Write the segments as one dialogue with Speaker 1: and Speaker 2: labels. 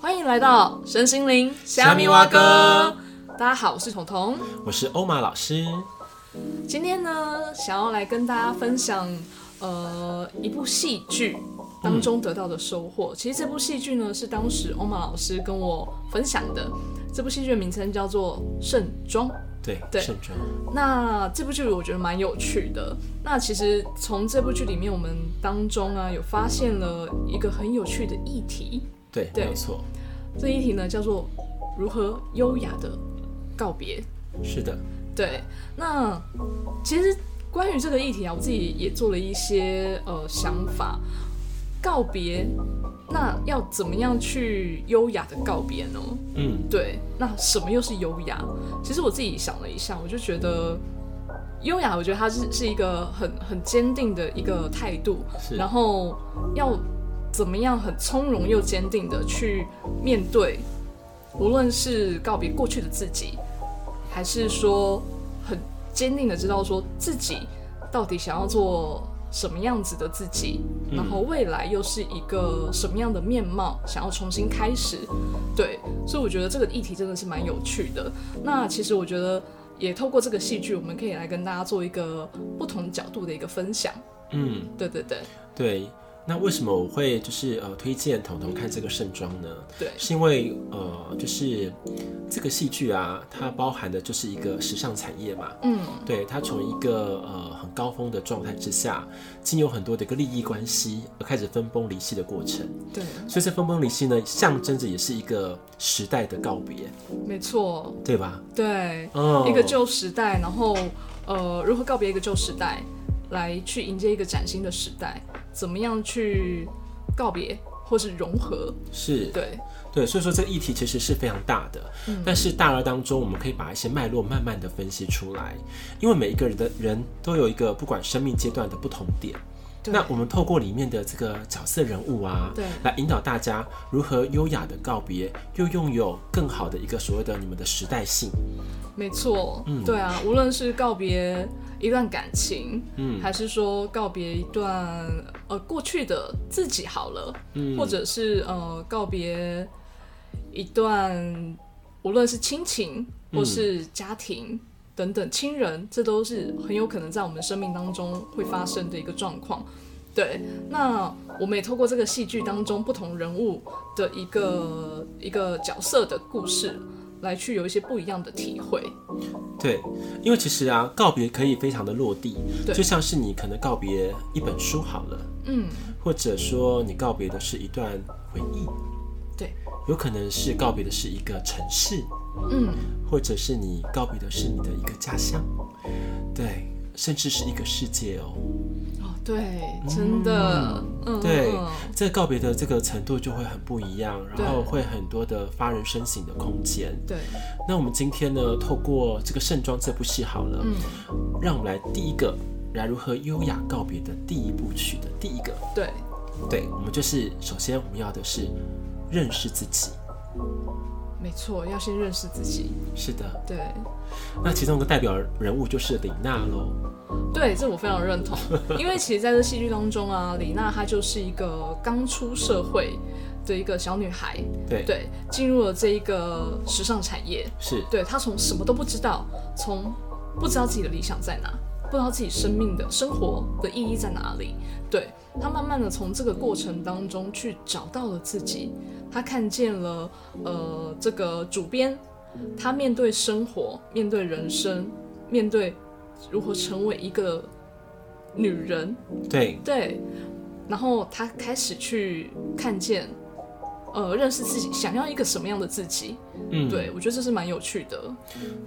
Speaker 1: 欢迎来到身心灵
Speaker 2: 虾米蛙哥。
Speaker 1: 大家好，我是彤彤。
Speaker 2: 我是欧玛老师。
Speaker 1: 今天呢，想要来跟大家分享呃一部戏剧当中得到的收获。其实这部戏剧呢，是当时欧玛老师跟我分享的。这部戏剧的名称叫做《盛装》。
Speaker 2: 对，
Speaker 1: 对
Speaker 2: 盛装。
Speaker 1: 那这部剧我觉得蛮有趣的。那其实从这部剧里面，我们当中啊有发现了一个很有趣的议题。
Speaker 2: 对，
Speaker 1: 对
Speaker 2: 没有错。
Speaker 1: 这一题呢叫做如何优雅的告别。
Speaker 2: 是的，
Speaker 1: 对，那其实关于这个议题啊，我自己也做了一些呃想法。告别，那要怎么样去优雅的告别呢？
Speaker 2: 嗯，
Speaker 1: 对，那什么又是优雅？其实我自己想了一下，我就觉得优雅，我觉得它是是一个很很坚定的一个态度，
Speaker 2: 是。
Speaker 1: 然后要怎么样很从容又坚定的去面对，无论是告别过去的自己，还是说很坚定的知道说自己到底想要做什么样子的自己，
Speaker 2: 嗯
Speaker 1: 然后未来又是一个什么样的面貌，想要重新开始。对，所以我觉得这个议题真的是蛮有趣的。那其实我觉得。也透过这个戏剧，我们可以来跟大家做一个不同角度的一个分享。
Speaker 2: 嗯，
Speaker 1: 对对对
Speaker 2: 对。那为什么我会就是呃推荐彤彤看这个盛装呢？
Speaker 1: 对，
Speaker 2: 是因为呃就是这个戏剧啊，它包含的就是一个时尚产业嘛。
Speaker 1: 嗯，
Speaker 2: 对，它从一个呃很高峰的状态之下，经由很多的一个利益关系而开始分崩离析的过程。
Speaker 1: 对，
Speaker 2: 所以这分崩离析呢，象征着也是一个时代的告别，
Speaker 1: 没错，
Speaker 2: 对吧？
Speaker 1: 对，
Speaker 2: 嗯，
Speaker 1: 一个旧时代，然后呃，如何告别一个旧时代，来去迎接一个崭新的时代，怎么样去告别或是融合？
Speaker 2: 是
Speaker 1: 对，
Speaker 2: 对，所以说这个议题其实是非常大的，
Speaker 1: 嗯
Speaker 2: 但是大而当中，我们可以把一些脉络慢慢的分析出来，因为每一个人的人都有一个不管生命阶段的不同点。
Speaker 1: 对
Speaker 2: 那我们透过里面的这个角色人物啊，
Speaker 1: 对
Speaker 2: 来引导大家如何优雅的告别，又拥有更好的一个所谓的你们的时代性。
Speaker 1: 没错，对啊，无论是告别一段感情，嗯，还是说告别一段呃过去的自己好了，嗯，或者是呃告别一段，无论是亲情或是家庭。等等，亲人，这都是很有可能在我们生命当中会发生的一个状况。对，那我们也透过这个戏剧当中不同人物的一个一个角色的故事，来去有一些不一样的体会。
Speaker 2: 对，因为其实啊，告别可以非常的落地，
Speaker 1: 对
Speaker 2: 就像是你可能告别一本书好了，
Speaker 1: 嗯，
Speaker 2: 或者说你告别的是一段回忆，
Speaker 1: 对，
Speaker 2: 有可能是告别的是一个城市，
Speaker 1: 嗯，
Speaker 2: 或者是你告别的是你的一个家乡，对，甚至是一个世界哦。
Speaker 1: 哦，对，真的，嗯，
Speaker 2: 对
Speaker 1: 嗯，
Speaker 2: 这个告别的这个程度就会很不一样，然后会很多的发人深省的空间。
Speaker 1: 对，
Speaker 2: 那我们今天呢，透过这个盛装这部戏好了，
Speaker 1: 嗯，
Speaker 2: 让我们来第一个来如何优雅告别的第一部曲的第一个，
Speaker 1: 对，
Speaker 2: 对我们就是首先我们要的是认识自己。
Speaker 1: 没错，要先认识自己。
Speaker 2: 是的，
Speaker 1: 对，
Speaker 2: 那其中一个代表人物就是李娜喽。
Speaker 1: 对，这我非常认同，因为其实在这戏剧当中啊，李娜她就是一个刚出社会的一个小女孩，
Speaker 2: 对，
Speaker 1: 对，进入了这一个时尚产业。
Speaker 2: 是，
Speaker 1: 对他从什么都不知道，从不知道自己的理想在哪，不知道自己生命的生活的意义在哪里。对他慢慢的从这个过程当中去找到了自己，他看见了呃这个主编，他面对生活，面对人生，面对如何成为一个女人，
Speaker 2: 对，
Speaker 1: 对，然后他开始去看见，呃，认识自己想要一个什么样的自己。
Speaker 2: 嗯，
Speaker 1: 对，我觉得这是蛮有趣的。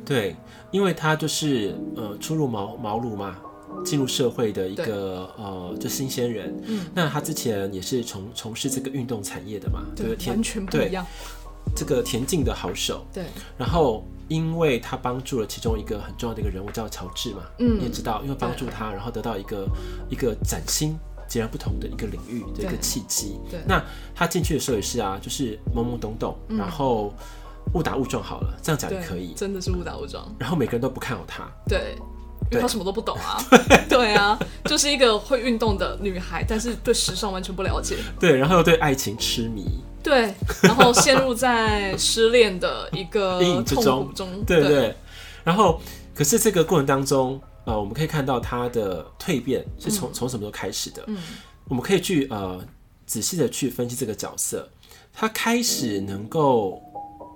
Speaker 2: 对，因为她就是呃初入茅茅庐嘛，进入社会的一个呃就新鲜人。
Speaker 1: 嗯，
Speaker 2: 那她之前也是从从事这个运动产业的嘛，对不对？
Speaker 1: 完
Speaker 2: 田
Speaker 1: 全不
Speaker 2: 对
Speaker 1: 一样。
Speaker 2: 这个田径的好手，
Speaker 1: 对，
Speaker 2: 然后因为她帮助了其中一个很重要的一个人物叫乔治嘛，
Speaker 1: 嗯
Speaker 2: 你也知道，因为帮助他，然后得到一个一个崭新。截然不同的一个领域的一个
Speaker 1: 对
Speaker 2: 契机。
Speaker 1: 对嗯
Speaker 2: 那她进去的时候也是啊，就是懵懵懂懂，然后误打误撞好了，这样讲也
Speaker 1: 对，
Speaker 2: 可以。
Speaker 1: 真的是误打误撞。
Speaker 2: 然后每个人都不看好她，
Speaker 1: 对。因
Speaker 2: 对
Speaker 1: 为他什么都不懂 啊，对啊，就是一个会运动的女孩，但是对时尚完全不了解。
Speaker 2: 对，然后又对爱情痴迷，
Speaker 1: 对，然后陷入在失恋的一个
Speaker 2: 阴影之
Speaker 1: 痛
Speaker 2: 中
Speaker 1: 苦中，
Speaker 2: 对
Speaker 1: 嗯对
Speaker 2: 对然后，可是这个过程当中，呃，我们可以看到他的蜕变是从从什么时候开始的？
Speaker 1: 嗯，
Speaker 2: 我们可以去呃仔细的去分析这个角色，他开始能够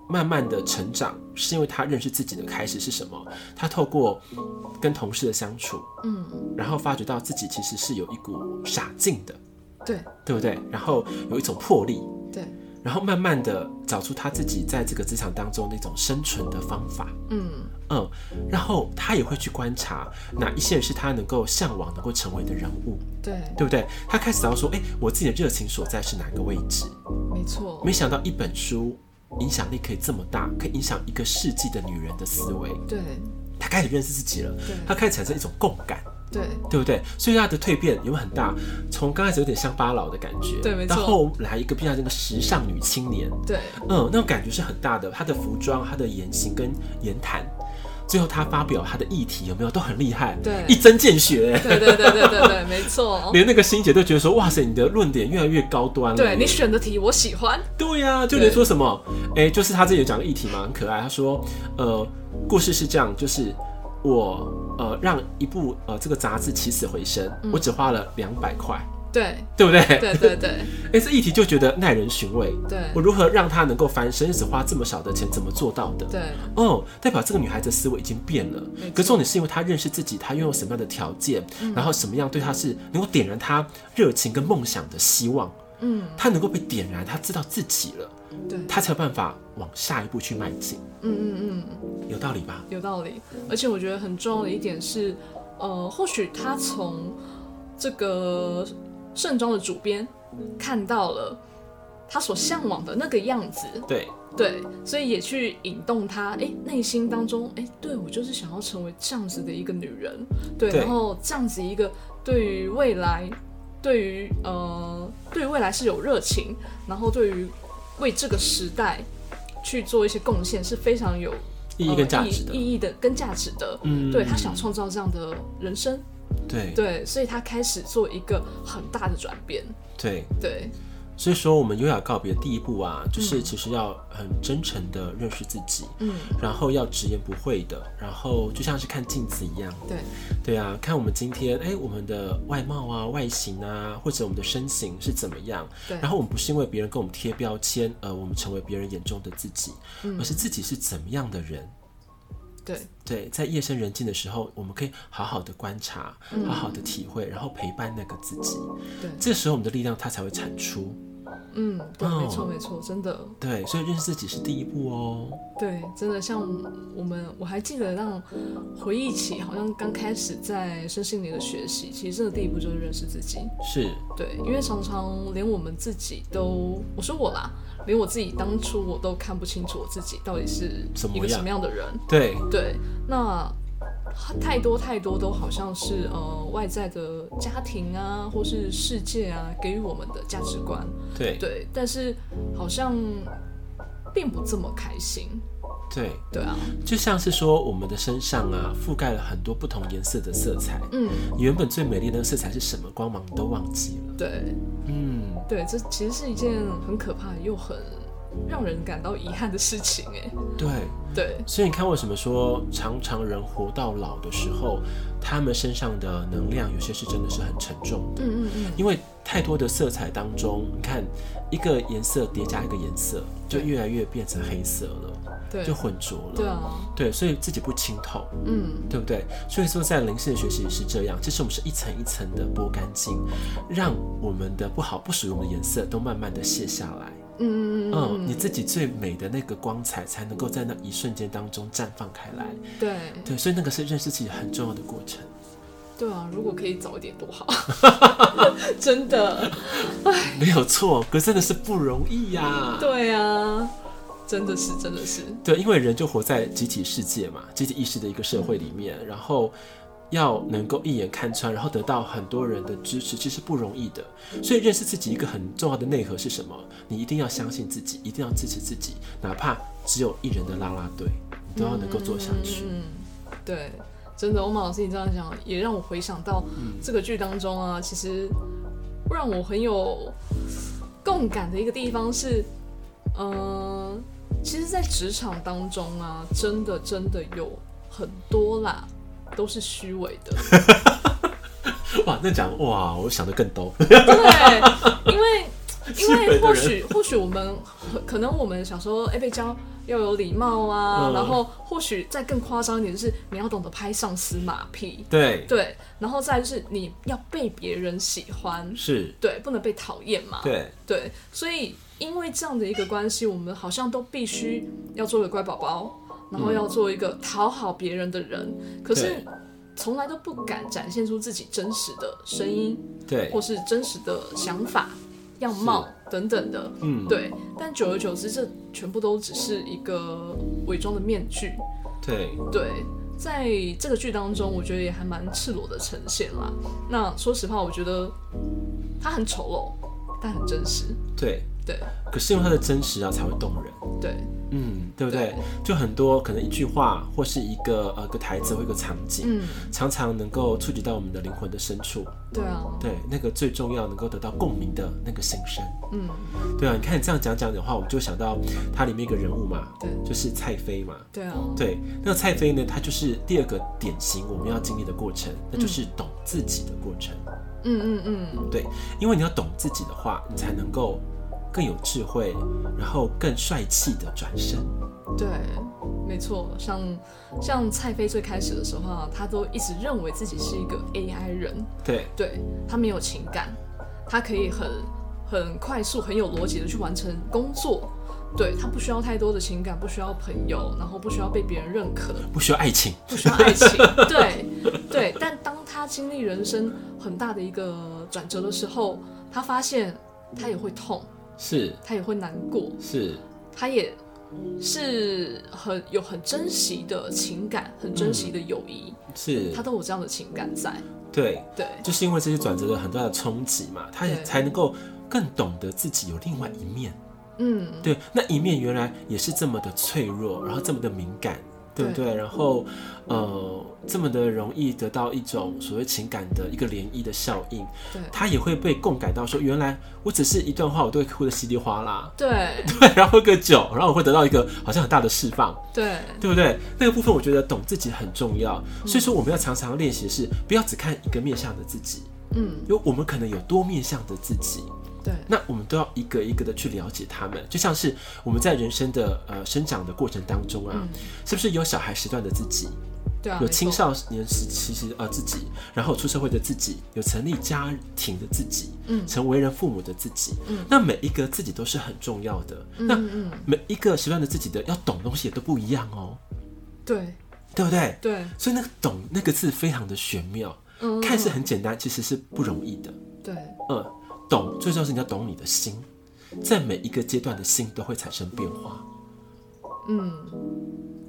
Speaker 2: 慢慢的成长，是因为他认识自己的开始是什么？他透过跟同事的相处，
Speaker 1: 嗯，
Speaker 2: 然后发觉到自己其实是有一股傻劲的，
Speaker 1: 对
Speaker 2: 对不对？然后有一种魄力，
Speaker 1: 对，
Speaker 2: 然后慢慢的找出他自己在这个职场当中那种生存的方法。
Speaker 1: 嗯
Speaker 2: 嗯，然后他也会去观察哪一些人是他能够向往、能够成为的人物，
Speaker 1: 对，
Speaker 2: 对不对？他开始要说，哎、我自己的热情所在是哪个位置？
Speaker 1: 没错，
Speaker 2: 没想到一本书影响力可以这么大，可以影响一个世纪的女人的思维。
Speaker 1: 对
Speaker 2: 他开始认识自己了，
Speaker 1: 对
Speaker 2: 他开始产生一种共感，
Speaker 1: 对
Speaker 2: 对不对？所以他的蜕变有没有很大？从刚开始有点乡巴佬的感觉，
Speaker 1: 对没错
Speaker 2: 到后来一个变成那个时尚女青年，
Speaker 1: 对
Speaker 2: 嗯，那种感觉是很大的。他的服装、他的言行跟言谈，最后他发表他的议题有没有都很厉害，
Speaker 1: 对
Speaker 2: 一针见血。
Speaker 1: 对对对对对对，没错，
Speaker 2: 连那个欣姐都觉得说，哇塞，你的论点越来越高端了。
Speaker 1: 对你选的题我喜欢，
Speaker 2: 对呀、就连说什么，哎、就是他这里有讲个议题嘛，很可爱。他说，呃，故事是这样，就是我呃让一部呃这个杂志起死回生，我只花了两百块，
Speaker 1: 对
Speaker 2: 对不对？
Speaker 1: 嗯对对对
Speaker 2: 哎、这议题就觉得耐人寻味。
Speaker 1: 对
Speaker 2: 我如何让他能够翻身，只花这么少的钱，怎么做到的？
Speaker 1: 对
Speaker 2: 哦，代表这个女孩子的思维已经变了
Speaker 1: 没。错
Speaker 2: 可
Speaker 1: 嗯
Speaker 2: 重点是因为她认识自己，她拥有什么样的条件，然后什么样对她是能够点燃她热情跟梦想的希望。
Speaker 1: 嗯，
Speaker 2: 她能够被点燃，她知道自己了，
Speaker 1: 对，
Speaker 2: 她才有办法往下一步去迈进。
Speaker 1: 嗯嗯嗯。
Speaker 2: 有道理吧？
Speaker 1: 有道理。而且我觉得很重要的一点是，呃，或许他从这个盛装的主编看到了他所向往的那个样子，
Speaker 2: 对，
Speaker 1: 对，所以也去引动他，哎，内心当中，哎，对我就是想要成为这样子的一个女人，对，
Speaker 2: 对
Speaker 1: 然后这样子一个对于未来，对于呃，对于未来是有热情，然后对于为这个时代去做一些贡献是非常有
Speaker 2: 意义
Speaker 1: 呃
Speaker 2: 跟价值的。
Speaker 1: 意意义的跟价值的。
Speaker 2: 嗯
Speaker 1: 对他想创造这样的人生，
Speaker 2: 对
Speaker 1: 对，所以他开始做一个很大的转变，
Speaker 2: 对，
Speaker 1: 对，
Speaker 2: 所以说我们优雅告别第一步啊，就是其实要很真诚的认识自己，
Speaker 1: 嗯，
Speaker 2: 然后要直言不讳的，然后就像是看镜子一样，
Speaker 1: 对，
Speaker 2: 对啊，看我们今天，哎、我们的外貌啊、外形啊，或者我们的身形是怎么样？
Speaker 1: 对
Speaker 2: 然后我们不是因为别人跟我们贴标签，呃，我们成为别人眼中的自己，
Speaker 1: 嗯
Speaker 2: 而是自己是怎么样的人。
Speaker 1: 对，
Speaker 2: 对，在夜深人静的时候，我们可以好好的观察，好好的体会，然后陪伴那个自己。
Speaker 1: 嗯对
Speaker 2: 这时候我们的力量它才会产出。
Speaker 1: 嗯，对，
Speaker 2: 哦
Speaker 1: 没错，没错，真的，
Speaker 2: 对，所以认识自己是第一步哦。
Speaker 1: 对，真的像我们，我还记得让回忆起，好像刚开始在身心灵的学习，其实这个第一步就是认识自己，
Speaker 2: 是，
Speaker 1: 对，因为常常连我们自己都，我说我啦，连我自己当初我都看不清楚我自己到底是
Speaker 2: 什么
Speaker 1: 一个什
Speaker 2: 样
Speaker 1: 么样的人，
Speaker 2: 对，
Speaker 1: 对，那太多太多都好像是呃外在的家庭啊，或是世界啊给予我们的价值观，
Speaker 2: 对，
Speaker 1: 对，但是好像并不这么开心，
Speaker 2: 对，
Speaker 1: 对啊，
Speaker 2: 就像是说我们的身上啊，覆盖了很多不同颜色的色彩。
Speaker 1: 嗯，
Speaker 2: 你原本最美丽的那个色彩是什么？光芒你都忘记了。
Speaker 1: 对
Speaker 2: 嗯，
Speaker 1: 对，这其实是一件很可怕又很让人感到遗憾的事情，哎，
Speaker 2: 对。
Speaker 1: 对
Speaker 2: 所以你看，为什么说常常人活到老的时候，他们身上的能量有些是真的是很沉重的，
Speaker 1: 嗯嗯嗯，
Speaker 2: 因为太多的色彩当中，你看一个颜色叠加一个颜色，就
Speaker 1: 对
Speaker 2: 越来越变成黑色了，
Speaker 1: 对
Speaker 2: 就混浊
Speaker 1: 对
Speaker 2: 了。
Speaker 1: 啊，
Speaker 2: 对，所以自己不清透，
Speaker 1: 嗯，
Speaker 2: 对不对？所以说，在灵性的学习也是这样，其实我们是一层一层的剥干净，让我们的不好、不属于我们的颜色都慢慢的卸下来。
Speaker 1: 嗯嗯
Speaker 2: 嗯，
Speaker 1: 嗯
Speaker 2: 你自己最美的那个光彩才能够在那一瞬间当中绽放开来。
Speaker 1: 嗯，对
Speaker 2: 对，所以那个是认识自己很重要的过程。
Speaker 1: 对啊，如果可以早一点多 好，真的。
Speaker 2: 没有错，可是真的是不容易 呀、
Speaker 1: 对啊，真的是，真的是，
Speaker 2: 对，因为人就活在集体世界嘛，集体意识的一个社会里面，然后要能够一眼看穿，然后得到很多人的支持，其实不容易的。所以认识自己一个很重要的内核是什么？你一定要相信自己，一定要支持自己，哪怕只有一人的啦啦队，你都要能够做下去。
Speaker 1: 嗯，对，真的，欧玛老师你这样讲，也让我回想到这个剧当中啊，其实让我很有共感的一个地方是，呃，其实，在职场当中啊，真的真的有很多啦，都是虚伪的。嗯
Speaker 2: 哇，那讲哇，我想的更 多。
Speaker 1: 对，因为因
Speaker 2: 虚伪
Speaker 1: 为
Speaker 2: 的
Speaker 1: 或
Speaker 2: 人
Speaker 1: 许或许我们可能我们想说，哎、被教要有礼貌啊，
Speaker 2: 嗯
Speaker 1: 然后或许再更夸张一点，就是你要懂得拍上司马屁，
Speaker 2: 对，
Speaker 1: 对，然后再就是你要被别人喜欢，
Speaker 2: 是，
Speaker 1: 对，不能被讨厌嘛，
Speaker 2: 对，
Speaker 1: 对，所以因为这样的一个关系，我们好像都必须要做个乖宝宝，然后要做一个讨好别人的人，可是
Speaker 2: 对
Speaker 1: 从来都不敢展现出自己真实的声音，
Speaker 2: 对
Speaker 1: 或，是真实的想法、样貌等等的。
Speaker 2: 嗯，
Speaker 1: 对，但久而久之，这全部都只是一个伪装的面具。
Speaker 2: 对，
Speaker 1: 对，在这个剧当中，我觉得也还蛮赤裸的呈现啦。那说实话，我觉得它很丑陋，但很真实。
Speaker 2: 对。
Speaker 1: 对
Speaker 2: 可是用它的真实啊，才会动人。
Speaker 1: 对
Speaker 2: 嗯，对不对
Speaker 1: 对？
Speaker 2: 就很多可能一句话，或是一个呃一个台词，或一个场景，
Speaker 1: 嗯，
Speaker 2: 常常能够触及到我们的灵魂的深处。
Speaker 1: 对啊，
Speaker 2: 对，那个最重要能够得到共鸣的那个心声。
Speaker 1: 嗯，
Speaker 2: 对啊，你看你这样讲讲的话，我们就想到它里面一个人物嘛，
Speaker 1: 对
Speaker 2: 就是蔡飞嘛。
Speaker 1: 对啊，
Speaker 2: 对，那个蔡飞呢，他就是第二个典型我们要经历的过程，
Speaker 1: 嗯
Speaker 2: 那就是懂自己的过程。
Speaker 1: 嗯嗯嗯，
Speaker 2: 对，因为你要懂自己的话，你才能够更有智慧，然后更帅气的转身。
Speaker 1: 对，没错。像像蔡飞最开始的时候啊，他都一直认为自己是一个 AI 人，
Speaker 2: 对，
Speaker 1: 对他没有情感，他可以很很快速、很有逻辑的去完成工作。对他不需要太多的情感，不需要朋友，然后不需要被别人认可，
Speaker 2: 不需要爱情。
Speaker 1: 不需要爱情。对对，但当他经历人生很大的一个转折的时候，他发现他也会痛，
Speaker 2: 是
Speaker 1: 他也会难过，
Speaker 2: 是，
Speaker 1: 他也是很有很珍惜的情感，很珍惜的友谊，
Speaker 2: 是
Speaker 1: 他，都有这样的情感在。
Speaker 2: 对，
Speaker 1: 对，
Speaker 2: 就是因为这些转折的很大的冲击嘛，他也
Speaker 1: 对
Speaker 2: 才能够更懂得自己有另外一面。
Speaker 1: 嗯，
Speaker 2: 对，那一面原来也是这么的脆弱，然后这么的敏感，对不对？
Speaker 1: 对
Speaker 2: 然后呃，这么的容易得到一种所谓情感的一个涟漪的效应，
Speaker 1: 对
Speaker 2: 他也会被共感到说，原来我只是一段话，我都会哭得稀里哗啦。
Speaker 1: 对
Speaker 2: 对， 然后喝个酒，然后我会得到一个好像很大的释放，
Speaker 1: 对
Speaker 2: 对不对？那个部分我觉得懂自己很重要，所以说我们要常常练习的是不要只看一个面向的自己，
Speaker 1: 嗯，
Speaker 2: 因为我们可能有多面向的自己，
Speaker 1: 对
Speaker 2: 那我们都要一个一个的去了解他们，就像是我们在人生的呃生长的过程当中啊，
Speaker 1: 嗯
Speaker 2: 是不是有小孩时段的自己，
Speaker 1: 对啊，
Speaker 2: 有
Speaker 1: 没
Speaker 2: 青
Speaker 1: 错
Speaker 2: 少年时期时呃自己，然后出社会的自己，有成立家庭的自己，
Speaker 1: 嗯
Speaker 2: 成为人父母的自己，
Speaker 1: 嗯
Speaker 2: 那每一个自己都是很重要的。那
Speaker 1: 嗯嗯，
Speaker 2: 每一个时段的自己的要懂东西也都不一样哦，
Speaker 1: 对
Speaker 2: 对不对？
Speaker 1: 对，
Speaker 2: 所以那个“懂”那个字非常的玄妙，
Speaker 1: 嗯，
Speaker 2: 看似很简单，其实是不容易的。
Speaker 1: 对
Speaker 2: 嗯，懂最重要是你要懂你的心，在每一个阶段的心都会产生变化。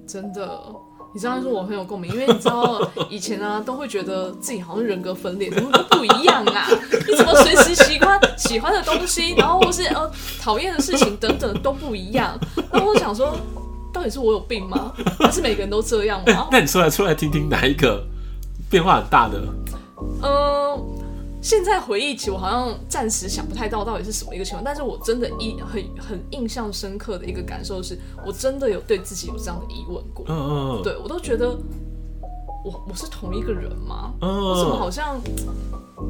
Speaker 1: 真的。你这样说，我很有共鸣，因为你知道以前啊，都会觉得自己好像人格分裂，怎么都不一样 啊？你怎么随时喜欢喜欢的东西，然后或是呃讨厌的事情等等都不一样。然后我想说，到底是我有病吗？还是每个人都这样吗？
Speaker 2: 哎那你说来出来听听哪一个变化很大的？
Speaker 1: 嗯，现在回忆起，我好像暂时想不太到到底是什么一个情况，但是我真的一很很印象深刻的一个感受是，我真的有对自己有这样的疑问过，
Speaker 2: 嗯嗯，嗯，
Speaker 1: 对我都觉得我我是同一个人吗？我怎么好
Speaker 2: 嗯，
Speaker 1: 像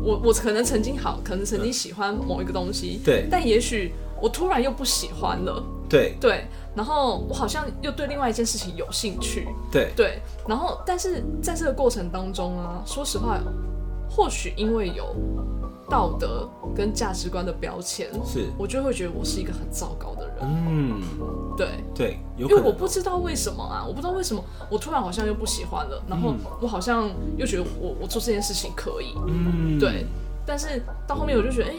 Speaker 1: 我我可能曾经好，可能曾经喜欢某一个东西，
Speaker 2: 对
Speaker 1: 但也许我突然又不喜欢了，
Speaker 2: 对
Speaker 1: 对，然后我好像又对另外一件事情有兴趣，
Speaker 2: 对
Speaker 1: 对，然后但是在这个过程当中啊，说实话，或许因为有道德跟价值观的标签，
Speaker 2: 是，
Speaker 1: 我就会觉得我是一个很糟糕的人。
Speaker 2: 嗯，
Speaker 1: 对，
Speaker 2: 对，有
Speaker 1: 因
Speaker 2: 可
Speaker 1: 为
Speaker 2: 能
Speaker 1: 我不知道为什么啊，我不知道为什么我突然好像又不喜欢了，然后
Speaker 2: 嗯
Speaker 1: 我好像又觉得我我做这件事情可以，
Speaker 2: 嗯，
Speaker 1: 对，但是到后面我就觉得，哎、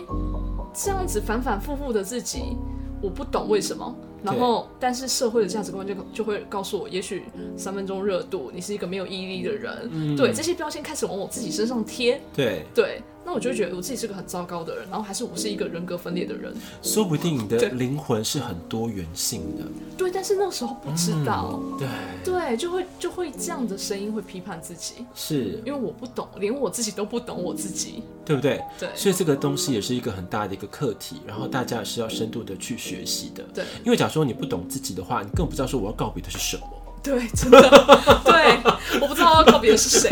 Speaker 1: 这样子反反复复的自己，我不懂为什么。然后，但是社会的价值观就就会告诉我，也许三分钟热度，你是一个没有毅力的人，
Speaker 2: 嗯
Speaker 1: 对，这些标签开始往我自己身上贴，
Speaker 2: 对
Speaker 1: 对，那我就会觉得我自己是个很糟糕的人，然后还是我是一个人格分裂的人。
Speaker 2: 说不定你的
Speaker 1: 对
Speaker 2: 灵魂是很多元性的，嗯
Speaker 1: 对，但是那时候不知道，
Speaker 2: 对，
Speaker 1: 对，就会就会这样的声音会批判自己，
Speaker 2: 是
Speaker 1: 因为我不懂，连我自己都不懂我自己。
Speaker 2: 对不对？
Speaker 1: 对
Speaker 2: 所以这个东西也是一个很大的一个课题，然后大家是要深度的去学习的。
Speaker 1: 对
Speaker 2: 因为假如说你不懂自己的话，你更不知道说我要告别的是什么。
Speaker 1: 对，真 的，对，我不知道要告别的是谁。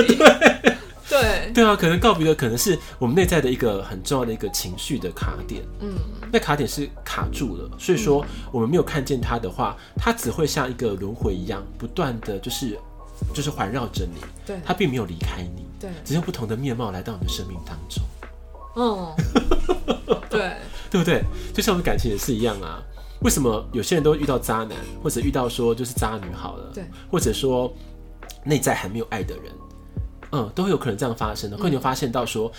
Speaker 1: 对，
Speaker 2: 对啊，可能告别的可能是我们内在的一个很重要的一个情绪的卡点。
Speaker 1: 嗯，
Speaker 2: 那卡点是卡住了，所以说我们没有看见它的话，它只会像一个轮回一样，不断的就是就是环绕着你，
Speaker 1: 对，
Speaker 2: 它并没有离开你，
Speaker 1: 对，
Speaker 2: 只是用不同的面貌来到你的生命当中，
Speaker 1: 嗯，对，
Speaker 2: 对不对？就像我们感情也是一样啊。为什么有些人都遇到渣男，或者遇到说就是渣女好了，
Speaker 1: 对，
Speaker 2: 或者说内在还没有爱的人，嗯，都会有可能这样发生
Speaker 1: 嗯
Speaker 2: 的。可你会发现到说，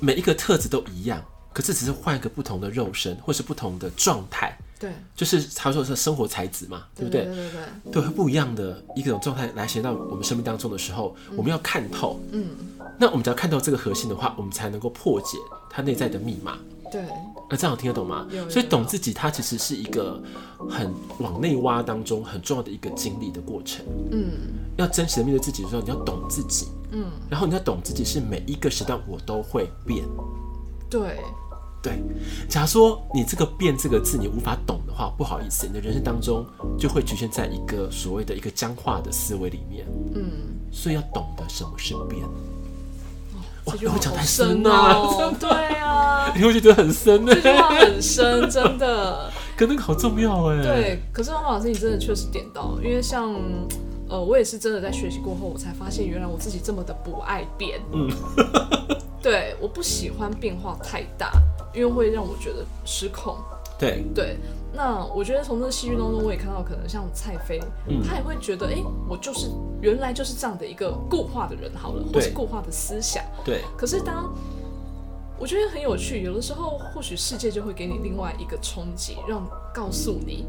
Speaker 2: 每一个特质都一样，可是只是换一个不同的肉身，或是不同的状态，
Speaker 1: 对，
Speaker 2: 就是他说是生活才子嘛，对
Speaker 1: 对
Speaker 2: 不
Speaker 1: 对
Speaker 2: 对？
Speaker 1: 对对，
Speaker 2: 对，不一样的一种状态来写到我们生命当中的时候，我们要看透。
Speaker 1: 嗯，
Speaker 2: 那我们只要看透这个核心的话，我们才能够破解它内在的密码。
Speaker 1: 对，
Speaker 2: 那呃这样有听得懂吗
Speaker 1: 有有？
Speaker 2: 所以懂
Speaker 1: 有
Speaker 2: 自己，它其实是一个很往内挖当中很重要的一个经历的过程。
Speaker 1: 嗯
Speaker 2: 要真实的面对自己的时候，你要懂自己，
Speaker 1: 嗯，
Speaker 2: 然后你要懂自己是每一个时段我都会变。
Speaker 1: 对，
Speaker 2: 对，假如说你这个“变”这个字你无法懂的话，不好意思，你的人生当中就会局限在一个所谓的一个僵化的思维里面。
Speaker 1: 嗯，
Speaker 2: 所以要懂得什么是变。
Speaker 1: 这句话
Speaker 2: 我讲
Speaker 1: 好
Speaker 2: 太
Speaker 1: 深
Speaker 2: 深啊
Speaker 1: 哦，对啊，
Speaker 2: 你会觉得很深呢
Speaker 1: 这，句话很深，真的。
Speaker 2: 可那个好重要哎。，
Speaker 1: 对，可是王老师，你真的确实点到，因为像呃，我也是真的在学习过后，我才发现原来我自己这么的不爱变。嗯， 对，我不喜欢变化太大，因为会让我觉得失控。
Speaker 2: 对，
Speaker 1: 对，那我觉得从这个戏剧当中，我也看到，可能像蔡飞，他也会觉得，哎、我就是原来就是这样的一个固化的人好了，或是
Speaker 2: 对
Speaker 1: 固化的思想。
Speaker 2: 对，
Speaker 1: 可是当我觉得很有趣，有的时候或许世界就会给你另外一个冲击，让告诉你，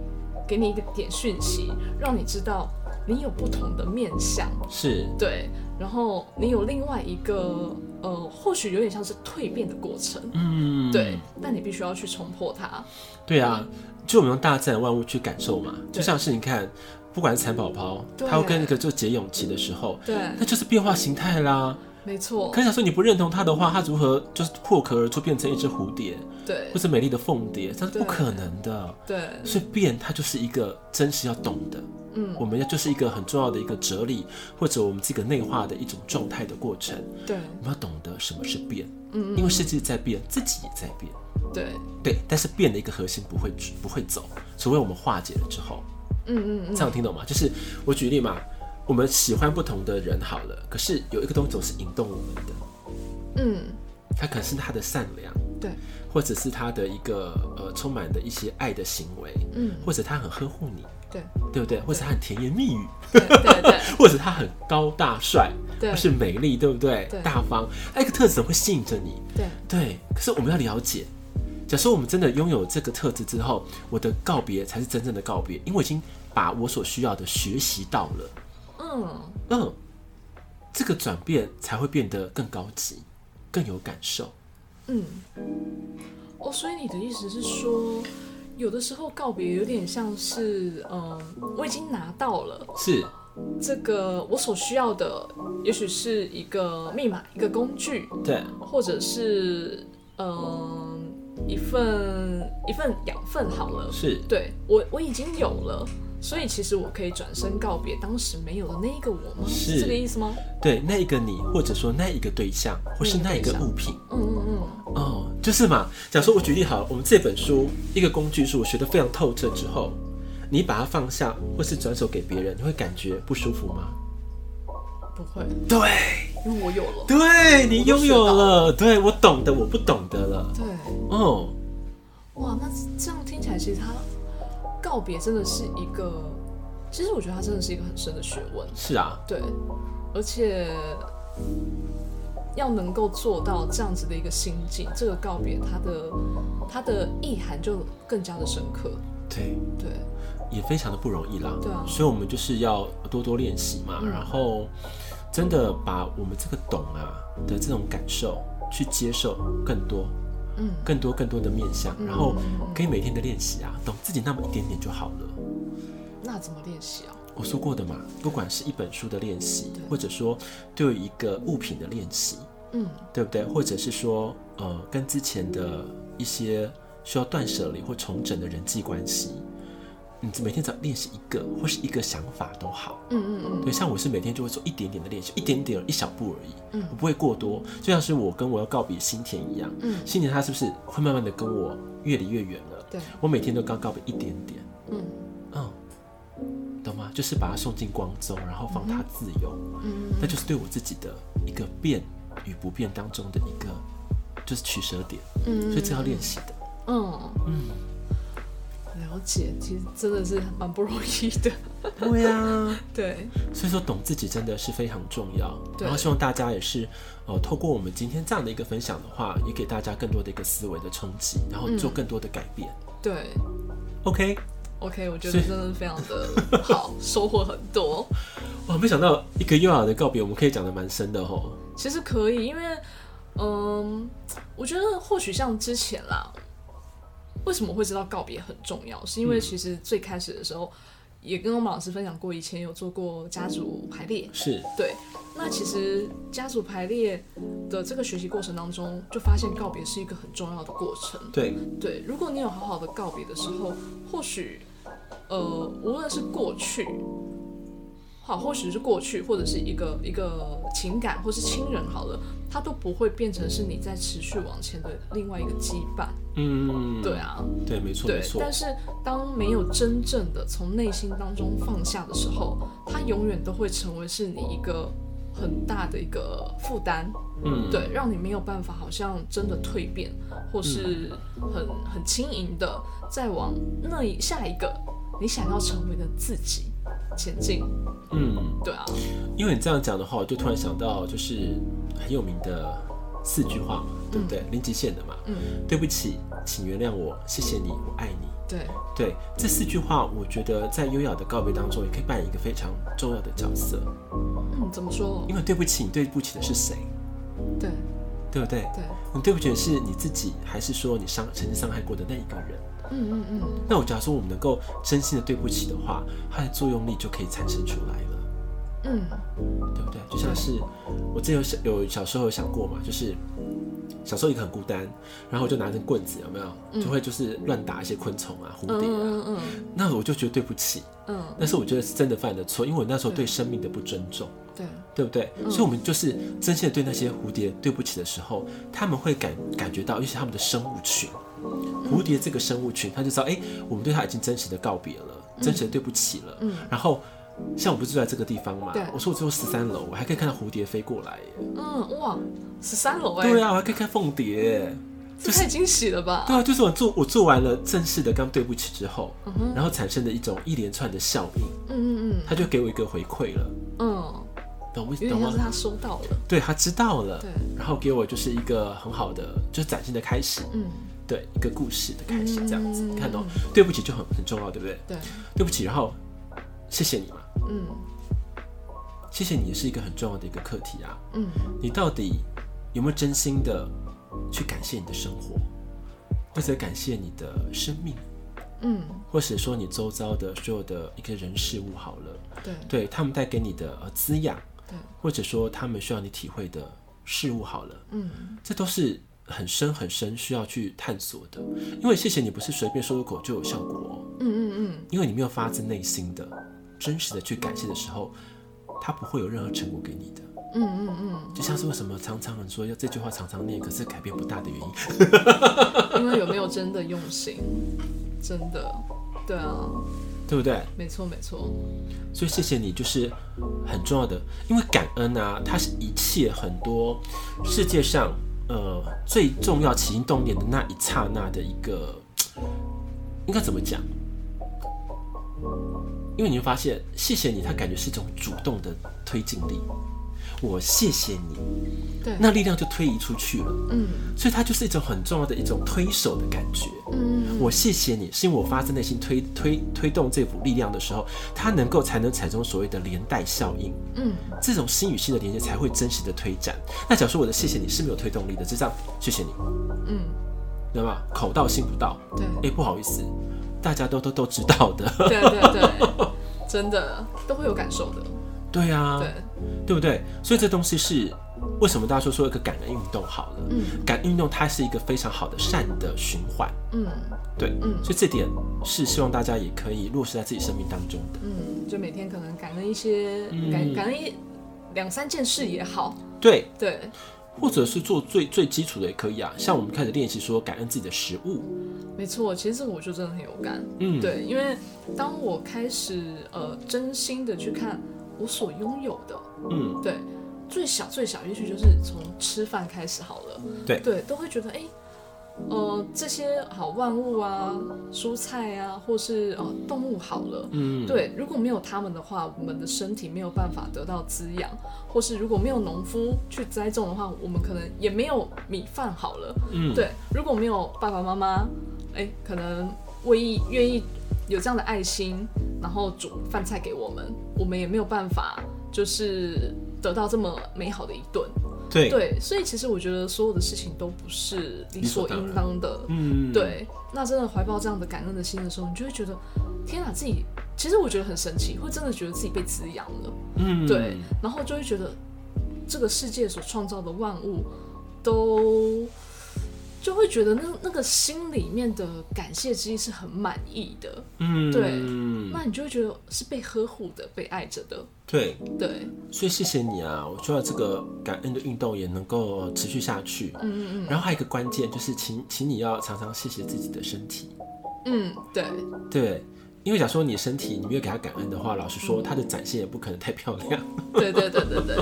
Speaker 1: 给你一个点讯息，让你知道你有不同的面相，
Speaker 2: 是，
Speaker 1: 对，然后你有另外一个呃，或许有点像是蜕变的过程，
Speaker 2: 嗯，
Speaker 1: 对，，但你必须要去冲破它，
Speaker 2: 对啊，就我们用大自然万物去感受嘛，
Speaker 1: 对
Speaker 2: 就像是你看，不管是蚕宝宝，
Speaker 1: 对
Speaker 2: 它会跟那个就结蛹期的时候，
Speaker 1: 对，
Speaker 2: 那就是变化形态啦。
Speaker 1: 没错
Speaker 2: 可，是想说你不认同它的话，它如何就是破壳而出变成一只蝴蝶，
Speaker 1: 对
Speaker 2: 或。是美丽的凤蝶，这是
Speaker 1: 对
Speaker 2: 不可能的。
Speaker 1: 对，
Speaker 2: 所以变，它就是一个真实要懂的。
Speaker 1: 嗯，
Speaker 2: 我们要就是一个很重要的一个哲理，或者我们自己的内化的一种状态的过程。
Speaker 1: 对，
Speaker 2: 我们要懂得什么是变，
Speaker 1: 嗯
Speaker 2: 因为世界在变，自己也在变，
Speaker 1: 对，
Speaker 2: 对。但是变的一个核心不会不会走，除非我们化解了之后，
Speaker 1: 嗯嗯嗯，
Speaker 2: 这样听懂吗？就是我举例嘛，我们喜欢不同的人好了，可是有一个东西总是引动我们的，
Speaker 1: 嗯，
Speaker 2: 它可能是他的善良，
Speaker 1: 对，
Speaker 2: 或者是他的一个呃充满的一些爱的行为，
Speaker 1: 嗯，
Speaker 2: 或者他很呵护你，
Speaker 1: 对，
Speaker 2: 对不对？或者他很甜言蜜语，
Speaker 1: 对对对
Speaker 2: 或者他很高大帅，
Speaker 1: 对
Speaker 2: 或是美丽，对不对？
Speaker 1: 对
Speaker 2: 大方，那一个特质会吸引着你。
Speaker 1: 对，
Speaker 2: 对，可是我们要了解，假设我们真的拥有这个特质之后，我的告别才是真正的告别，因为我已经把我所需要的学习到了，
Speaker 1: 嗯，
Speaker 2: 嗯，这个转变才会变得更高级，更有感受。
Speaker 1: 嗯，哦，所以你的意思是说，有的时候告别有点像是，嗯，我已经拿到了
Speaker 2: 是，
Speaker 1: 这个我所需要的，也许是一个密码、一个工具，
Speaker 2: 对，
Speaker 1: 或者是，嗯，一份一份养分好了。
Speaker 2: 是，
Speaker 1: 对我我已经有了，所以其实我可以转身告别当时没有的那一个我吗？
Speaker 2: 是
Speaker 1: 这个意思吗？
Speaker 2: 对，那一个你，或者说那一个对象，或是那一个物品，
Speaker 1: 嗯嗯嗯，
Speaker 2: 哦，就是嘛。假如说我举例好了，我们这本书一个工具书，我学得非常透彻之后，你把它放下，或是转手给别人，你会感觉不舒服吗？
Speaker 1: 不会，
Speaker 2: 对，
Speaker 1: 因为我有了。
Speaker 2: 对你拥有了，对我懂得，我不懂得了。
Speaker 1: 对。
Speaker 2: 哦，
Speaker 1: 哇，那这样听起来，其实他告别真的是一个，其实我觉得他真的是一个很深的学问，
Speaker 2: 是啊，
Speaker 1: 对，而且要能够做到这样子的一个心境，这个告别它的它的意涵就更加的深刻，
Speaker 2: 对，
Speaker 1: 对，
Speaker 2: 也非常的不容易啦。
Speaker 1: 对啊
Speaker 2: 所以我们就是要多多练习嘛，
Speaker 1: 嗯
Speaker 2: 然后真的把我们这个懂啊的这种感受去接受更多、
Speaker 1: 嗯
Speaker 2: 更多、更多的面向，
Speaker 1: 嗯
Speaker 2: 然后
Speaker 1: 嗯嗯
Speaker 2: 可以每天的练习啊，懂自己那么一点点就好了。
Speaker 1: 那怎么练习啊？
Speaker 2: 我说过的嘛，不管是一本书的练习
Speaker 1: 对，
Speaker 2: 或者说对于一个物品的练习，
Speaker 1: 嗯
Speaker 2: 对不对？或者是说，呃，跟之前的一些需要断舍离或重整的人际关系，你每天只要练习一个或是一个想法都好。
Speaker 1: 嗯嗯嗯，
Speaker 2: 对，像我是每天就会做一点点的练习，一点点一小步而已，
Speaker 1: 嗯
Speaker 2: 我不会过多。就像是我跟我要告别新田一样，
Speaker 1: 嗯
Speaker 2: 新田他是不是会慢慢的跟我越离越远了？
Speaker 1: 对，
Speaker 2: 我每天都刚告别一点点，
Speaker 1: 嗯
Speaker 2: 嗯，懂吗？就是把它送进光宗，然后放它自由，
Speaker 1: 嗯
Speaker 2: 那就是对我自己的一个变与不变当中的一个就是取舍点，
Speaker 1: 嗯，
Speaker 2: 所以这要练习的。
Speaker 1: 嗯嗯，了解，其实真的是蛮不容易的。
Speaker 2: 对呀、啊，
Speaker 1: 对，
Speaker 2: 所以说懂自己真的是非常重要。
Speaker 1: 对
Speaker 2: 然后希望大家也是，呃，透过我们今天这样的一个分享的话，也给大家更多的一个思维的冲击，然后做更多的改变。
Speaker 1: 对嗯
Speaker 2: OK，
Speaker 1: ，OK，我觉
Speaker 2: 所
Speaker 1: 得
Speaker 2: 以
Speaker 1: 真的非常的好，收获很多。
Speaker 2: 哇，哦没想到一个又好的告别，我们可以讲的蛮深的哦吼。
Speaker 1: 其实可以，因为，嗯，我觉得或许像之前啦，为什么会知道告别很重要，是因为其实最开始的时候，也跟欧马老师分享过，以前有做过家族排列，
Speaker 2: 是，
Speaker 1: 对，那其实家族排列的这个学习过程当中，就发现告别是一个很重要的过程。
Speaker 2: 对，
Speaker 1: 对，如果你有好好的告别的时候，或许，呃，无论是过去，好，或许是过去，或者是一个一个情感，或是亲人，好了，它都不会变成是你在持续往前的另外一个羁绊。
Speaker 2: 嗯，
Speaker 1: 对，啊，
Speaker 2: 对，没错，没
Speaker 1: 对。
Speaker 2: 错
Speaker 1: 但，是当没有真正的从内心当中放下的时候，它永远都会成为是你一个很大的一个负担。
Speaker 2: 嗯，
Speaker 1: 对，让你没有办法，好像真的蜕变，或是
Speaker 2: 嗯
Speaker 1: 很很轻盈的再往那一下一个你想要成为的自己前进。
Speaker 2: 嗯。
Speaker 1: 对啊，
Speaker 2: 因为你这样讲的话，我就突然想到，就是很有名的四句话嘛，对不对？林极限的嘛，
Speaker 1: 嗯，
Speaker 2: 对不起，请原谅我，谢谢你，我爱你。
Speaker 1: 对，
Speaker 2: 对这四句话，我觉得在优雅的告别当中，也可以扮演一个非常重要的角色。
Speaker 1: 嗯，怎么说？
Speaker 2: 因为对不起，你对不起的是谁？
Speaker 1: 对
Speaker 2: 对不对？
Speaker 1: 对，
Speaker 2: 你对不起的是你自己，还是说你伤曾经伤害过的那一个人？
Speaker 1: 嗯嗯嗯，
Speaker 2: 那我假如说我们能够真心的对不起的话，它的作用力就可以产生出来了。
Speaker 1: 嗯
Speaker 2: 对啊不对？就像是我之前有小有小时候有想过嘛，就是小时候一个很孤单，然后我就拿根棍子，有没有？就会就是乱打一些昆虫啊、蝴
Speaker 1: 嗯
Speaker 2: 蝶啊。
Speaker 1: 嗯嗯
Speaker 2: 那我就觉得对不起，
Speaker 1: 嗯，
Speaker 2: 但是我觉得是真的犯的错，因为我那时候对生命的不尊重，
Speaker 1: 对，
Speaker 2: 对不对？
Speaker 1: 嗯
Speaker 2: 所以我们就是真心的对那些蝴蝶对不起的时候，他们会感感觉到，尤其是他们的生物群，
Speaker 1: 嗯
Speaker 2: 蝴蝶这个生物群，他就知道，哎，我们对它已经真实的告别了，真实的对不起了。
Speaker 1: 嗯
Speaker 2: 然后。像我不是住在这个地方嘛
Speaker 1: 对，
Speaker 2: 我说我只有十三楼，我还可以看到蝴蝶飞过来耶。
Speaker 1: 嗯哇，十三楼哎，
Speaker 2: 对啊，我还可以看凤蝶耶。
Speaker 1: 这太惊喜了吧？
Speaker 2: 对啊，就是我做我做完了正式的刚对不起之后，
Speaker 1: 嗯哼
Speaker 2: 然后产生的一种一连串的效应，
Speaker 1: 嗯嗯
Speaker 2: 他就给我一个回馈了，
Speaker 1: 嗯嗯，
Speaker 2: 懂不
Speaker 1: 有点
Speaker 2: 懂
Speaker 1: 像
Speaker 2: 吗
Speaker 1: 是？他收到了，
Speaker 2: 对他知道了
Speaker 1: 对，
Speaker 2: 然后给我就是一个很好的，就是崭新的开始，
Speaker 1: 嗯
Speaker 2: 对一个故事的开始，这样子，
Speaker 1: 嗯
Speaker 2: 看到对不起就很很重要，对不对？
Speaker 1: 对，
Speaker 2: 对不起，然后谢谢你嘛，
Speaker 1: 嗯
Speaker 2: 谢谢你也是一个很重要的一个课题啊，
Speaker 1: 嗯
Speaker 2: 你到底有没有真心的去感谢你的生活，或者感谢你的生命？
Speaker 1: 嗯，
Speaker 2: 或者说你周遭的所有的一个人事物好了，
Speaker 1: 对
Speaker 2: 对他们带给你的呃滋养，
Speaker 1: 对，
Speaker 2: 或者说他们需要你体会的事物好了，
Speaker 1: 嗯
Speaker 2: 这都是很深很深需要去探索的。因为谢谢你不是随便说出口就有效果哦，
Speaker 1: 嗯嗯嗯，
Speaker 2: 因为你没有发自内心的、真实的去感谢的时候，它不会有任何成果给你的。
Speaker 1: 嗯嗯
Speaker 2: 就像是为什么常常人说要这句话常常念，可是改变不大的原因，
Speaker 1: 嗯，因为有没有真的用心，真的，对啊，
Speaker 2: 对不对？
Speaker 1: 没错没错，
Speaker 2: 所以谢谢你，就是很重要的，因为感恩啊，它是一切很多世界上呃最重要起心动念的那一刹那的一个，应该怎么讲？因为你会发现，谢谢你，它感觉是一种主动的推进力，我谢谢你，
Speaker 1: 对，
Speaker 2: 那力量就推移出去了。
Speaker 1: 嗯
Speaker 2: 所以它就是一种很重要的一种推手的感觉。
Speaker 1: 嗯，
Speaker 2: 我谢谢你，是因为我发自内心推推推动这股力量的时候，它能够才能产生所谓的连带效应，
Speaker 1: 嗯
Speaker 2: 这种心与心的连接才会真实的推展。那假如说我的谢谢你是没有推动力的，就这样谢谢你，
Speaker 1: 嗯，
Speaker 2: 对吧？口到心不到，
Speaker 1: 对
Speaker 2: 哎、不好意思，大家都都都知道的，
Speaker 1: 对对对，真的都会有感受的，
Speaker 2: 对啊，
Speaker 1: 对，
Speaker 2: 对不对？所以这东西是为什么大家说说一个感恩运动好了，
Speaker 1: 嗯
Speaker 2: 感恩运动它是一个非常好的善的循环，
Speaker 1: 嗯
Speaker 2: 对，
Speaker 1: 嗯
Speaker 2: 所以这点是希望大家也可以落实在自己生命当中的。
Speaker 1: 嗯，就每天可能感恩一些，
Speaker 2: 嗯
Speaker 1: 感感恩一两三件事也好，
Speaker 2: 对，
Speaker 1: 对，
Speaker 2: 或者是做最最基础的也可以啊，像我们开始练习说感恩自己的食物，
Speaker 1: 没错，其实这个我就真的很有感，
Speaker 2: 嗯，，
Speaker 1: 对，因为当我开始呃真心的去看我所拥有的，
Speaker 2: 嗯，
Speaker 1: 对，最小最小，也许就是从吃饭开始好了。
Speaker 2: 对
Speaker 1: 对，都会觉得哎、诶呃，这些好万物啊、蔬菜啊，或是呃动物好了。
Speaker 2: 嗯，
Speaker 1: 对，如果没有它们的话，我们的身体没有办法得到滋养，或是如果没有农夫去栽种的话，我们可能也没有米饭好了。
Speaker 2: 嗯，，
Speaker 1: 对，如果没有爸爸妈妈，哎、可能愿意愿意有这样的爱心，然后煮饭菜给我们，我们也没有办法就是得到这么美好的一顿。
Speaker 2: 对，，
Speaker 1: 对，所以其实我觉得所有的事情都不是理所应当的。
Speaker 2: 嗯，，
Speaker 1: 对，那真的怀抱这样的感恩的心的时候，你就会觉得，天啊，自己其实我觉得很神奇，会真的觉得自己被滋养了。
Speaker 2: 嗯，
Speaker 1: 对，然后就会觉得这个世界所创造的万物都。就会觉得那那个心里面的感谢之意是很满意的，
Speaker 2: 嗯，
Speaker 1: 对那你就会觉得是被呵护的、被爱着的，
Speaker 2: 对，
Speaker 1: 对，
Speaker 2: 所以谢谢你啊，我希望这个感恩的运动也能够持续下去。
Speaker 1: 嗯嗯
Speaker 2: 然后还有一个关键就是请，请你要常常谢谢自己的身体，
Speaker 1: 嗯嗯，对，
Speaker 2: 对，因为假如说你身体你没有给他感恩的话，老实
Speaker 1: 嗯
Speaker 2: 说，他的展现也不可能太漂亮。
Speaker 1: 对对对对对，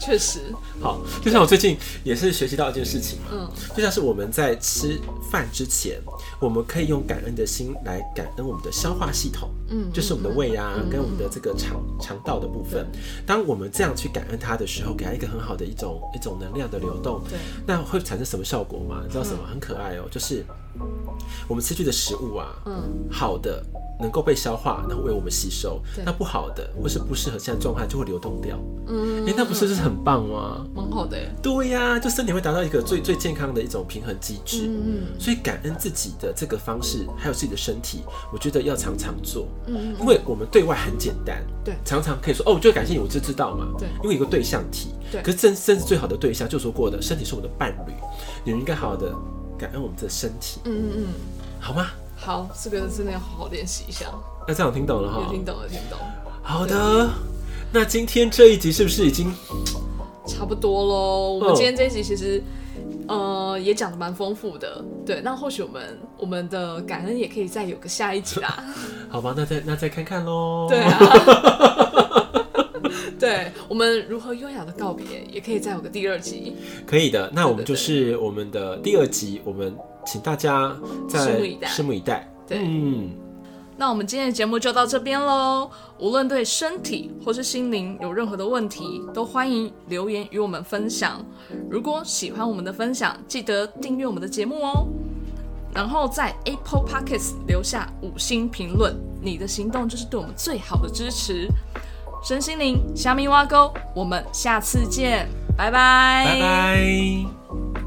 Speaker 1: 确实，
Speaker 2: 好，就像我最近也是学习到一件事情嘛，
Speaker 1: 嗯
Speaker 2: 就像是我们在吃饭之前，我们可以用感恩的心来感恩我们的消化系统，
Speaker 1: 嗯，
Speaker 2: 就是我们的胃啊，
Speaker 1: 嗯
Speaker 2: 跟我们的这个肠肠道的部分。当我们这样去感恩它的时候，给它一个很好的一种一种能量的流动，
Speaker 1: 对，嗯
Speaker 2: 那会产生什么效果吗？你知道什么？很可爱哦、就是我们吃去的食物啊，
Speaker 1: 嗯
Speaker 2: 好的能够被消化，然后为我们吸收
Speaker 1: 对；
Speaker 2: 那不好的或是不适合现在状态就会流动掉。
Speaker 1: 嗯，
Speaker 2: 哎、那不是就是很棒吗？
Speaker 1: 蛮好的耶，
Speaker 2: 对呀、就身体会达到一个最最健康的一种平衡机制。
Speaker 1: 嗯
Speaker 2: 所以感恩自己的这个方式，还有自己的身体，我觉得要常常做，
Speaker 1: 嗯嗯
Speaker 2: 因为我们对外很简单，
Speaker 1: 对
Speaker 2: 常常可以说哦，我就感谢你，我就知道嘛，
Speaker 1: 对
Speaker 2: 因为有个对象体，
Speaker 1: 对
Speaker 2: 可是真真是最好的对象，就说过的，身体是我们的伴侣，你们应该好好的感恩我们的身体，
Speaker 1: 嗯嗯嗯，
Speaker 2: 好吗？
Speaker 1: 好，这个真的要好好练习一下，
Speaker 2: 那这样我听懂了
Speaker 1: 有
Speaker 2: 哈，
Speaker 1: 听懂有听懂，
Speaker 2: 好的，那今天这一集是不是已经
Speaker 1: 差不多喽。我们今天这一集其实，呃，也讲的蛮丰富的。对，那或许我们我们的感恩也可以再有个下一集啦。
Speaker 2: 好吧？那再那再看看喽。
Speaker 1: 对，啊， 对我们如何优雅的告别，也可以再有个第二集，
Speaker 2: 可以的。那我
Speaker 1: 对对
Speaker 2: 们
Speaker 1: 对
Speaker 2: 就是我们的第二集，我们请大家在
Speaker 1: 拭目以待
Speaker 2: 拭目以待。
Speaker 1: 对
Speaker 2: 嗯，
Speaker 1: 那我们今天的节目就到这边喽。无论对身体或是心灵有任何的问题，都欢迎留言与我们分享。如果喜欢我们的分享，记得订阅我们的节目哦。然后在 Apple Podcasts 留下五星评论，你的行动就是对我们最好的支持。身心灵虾米挖沟，我们下次见，拜拜，
Speaker 2: 拜拜。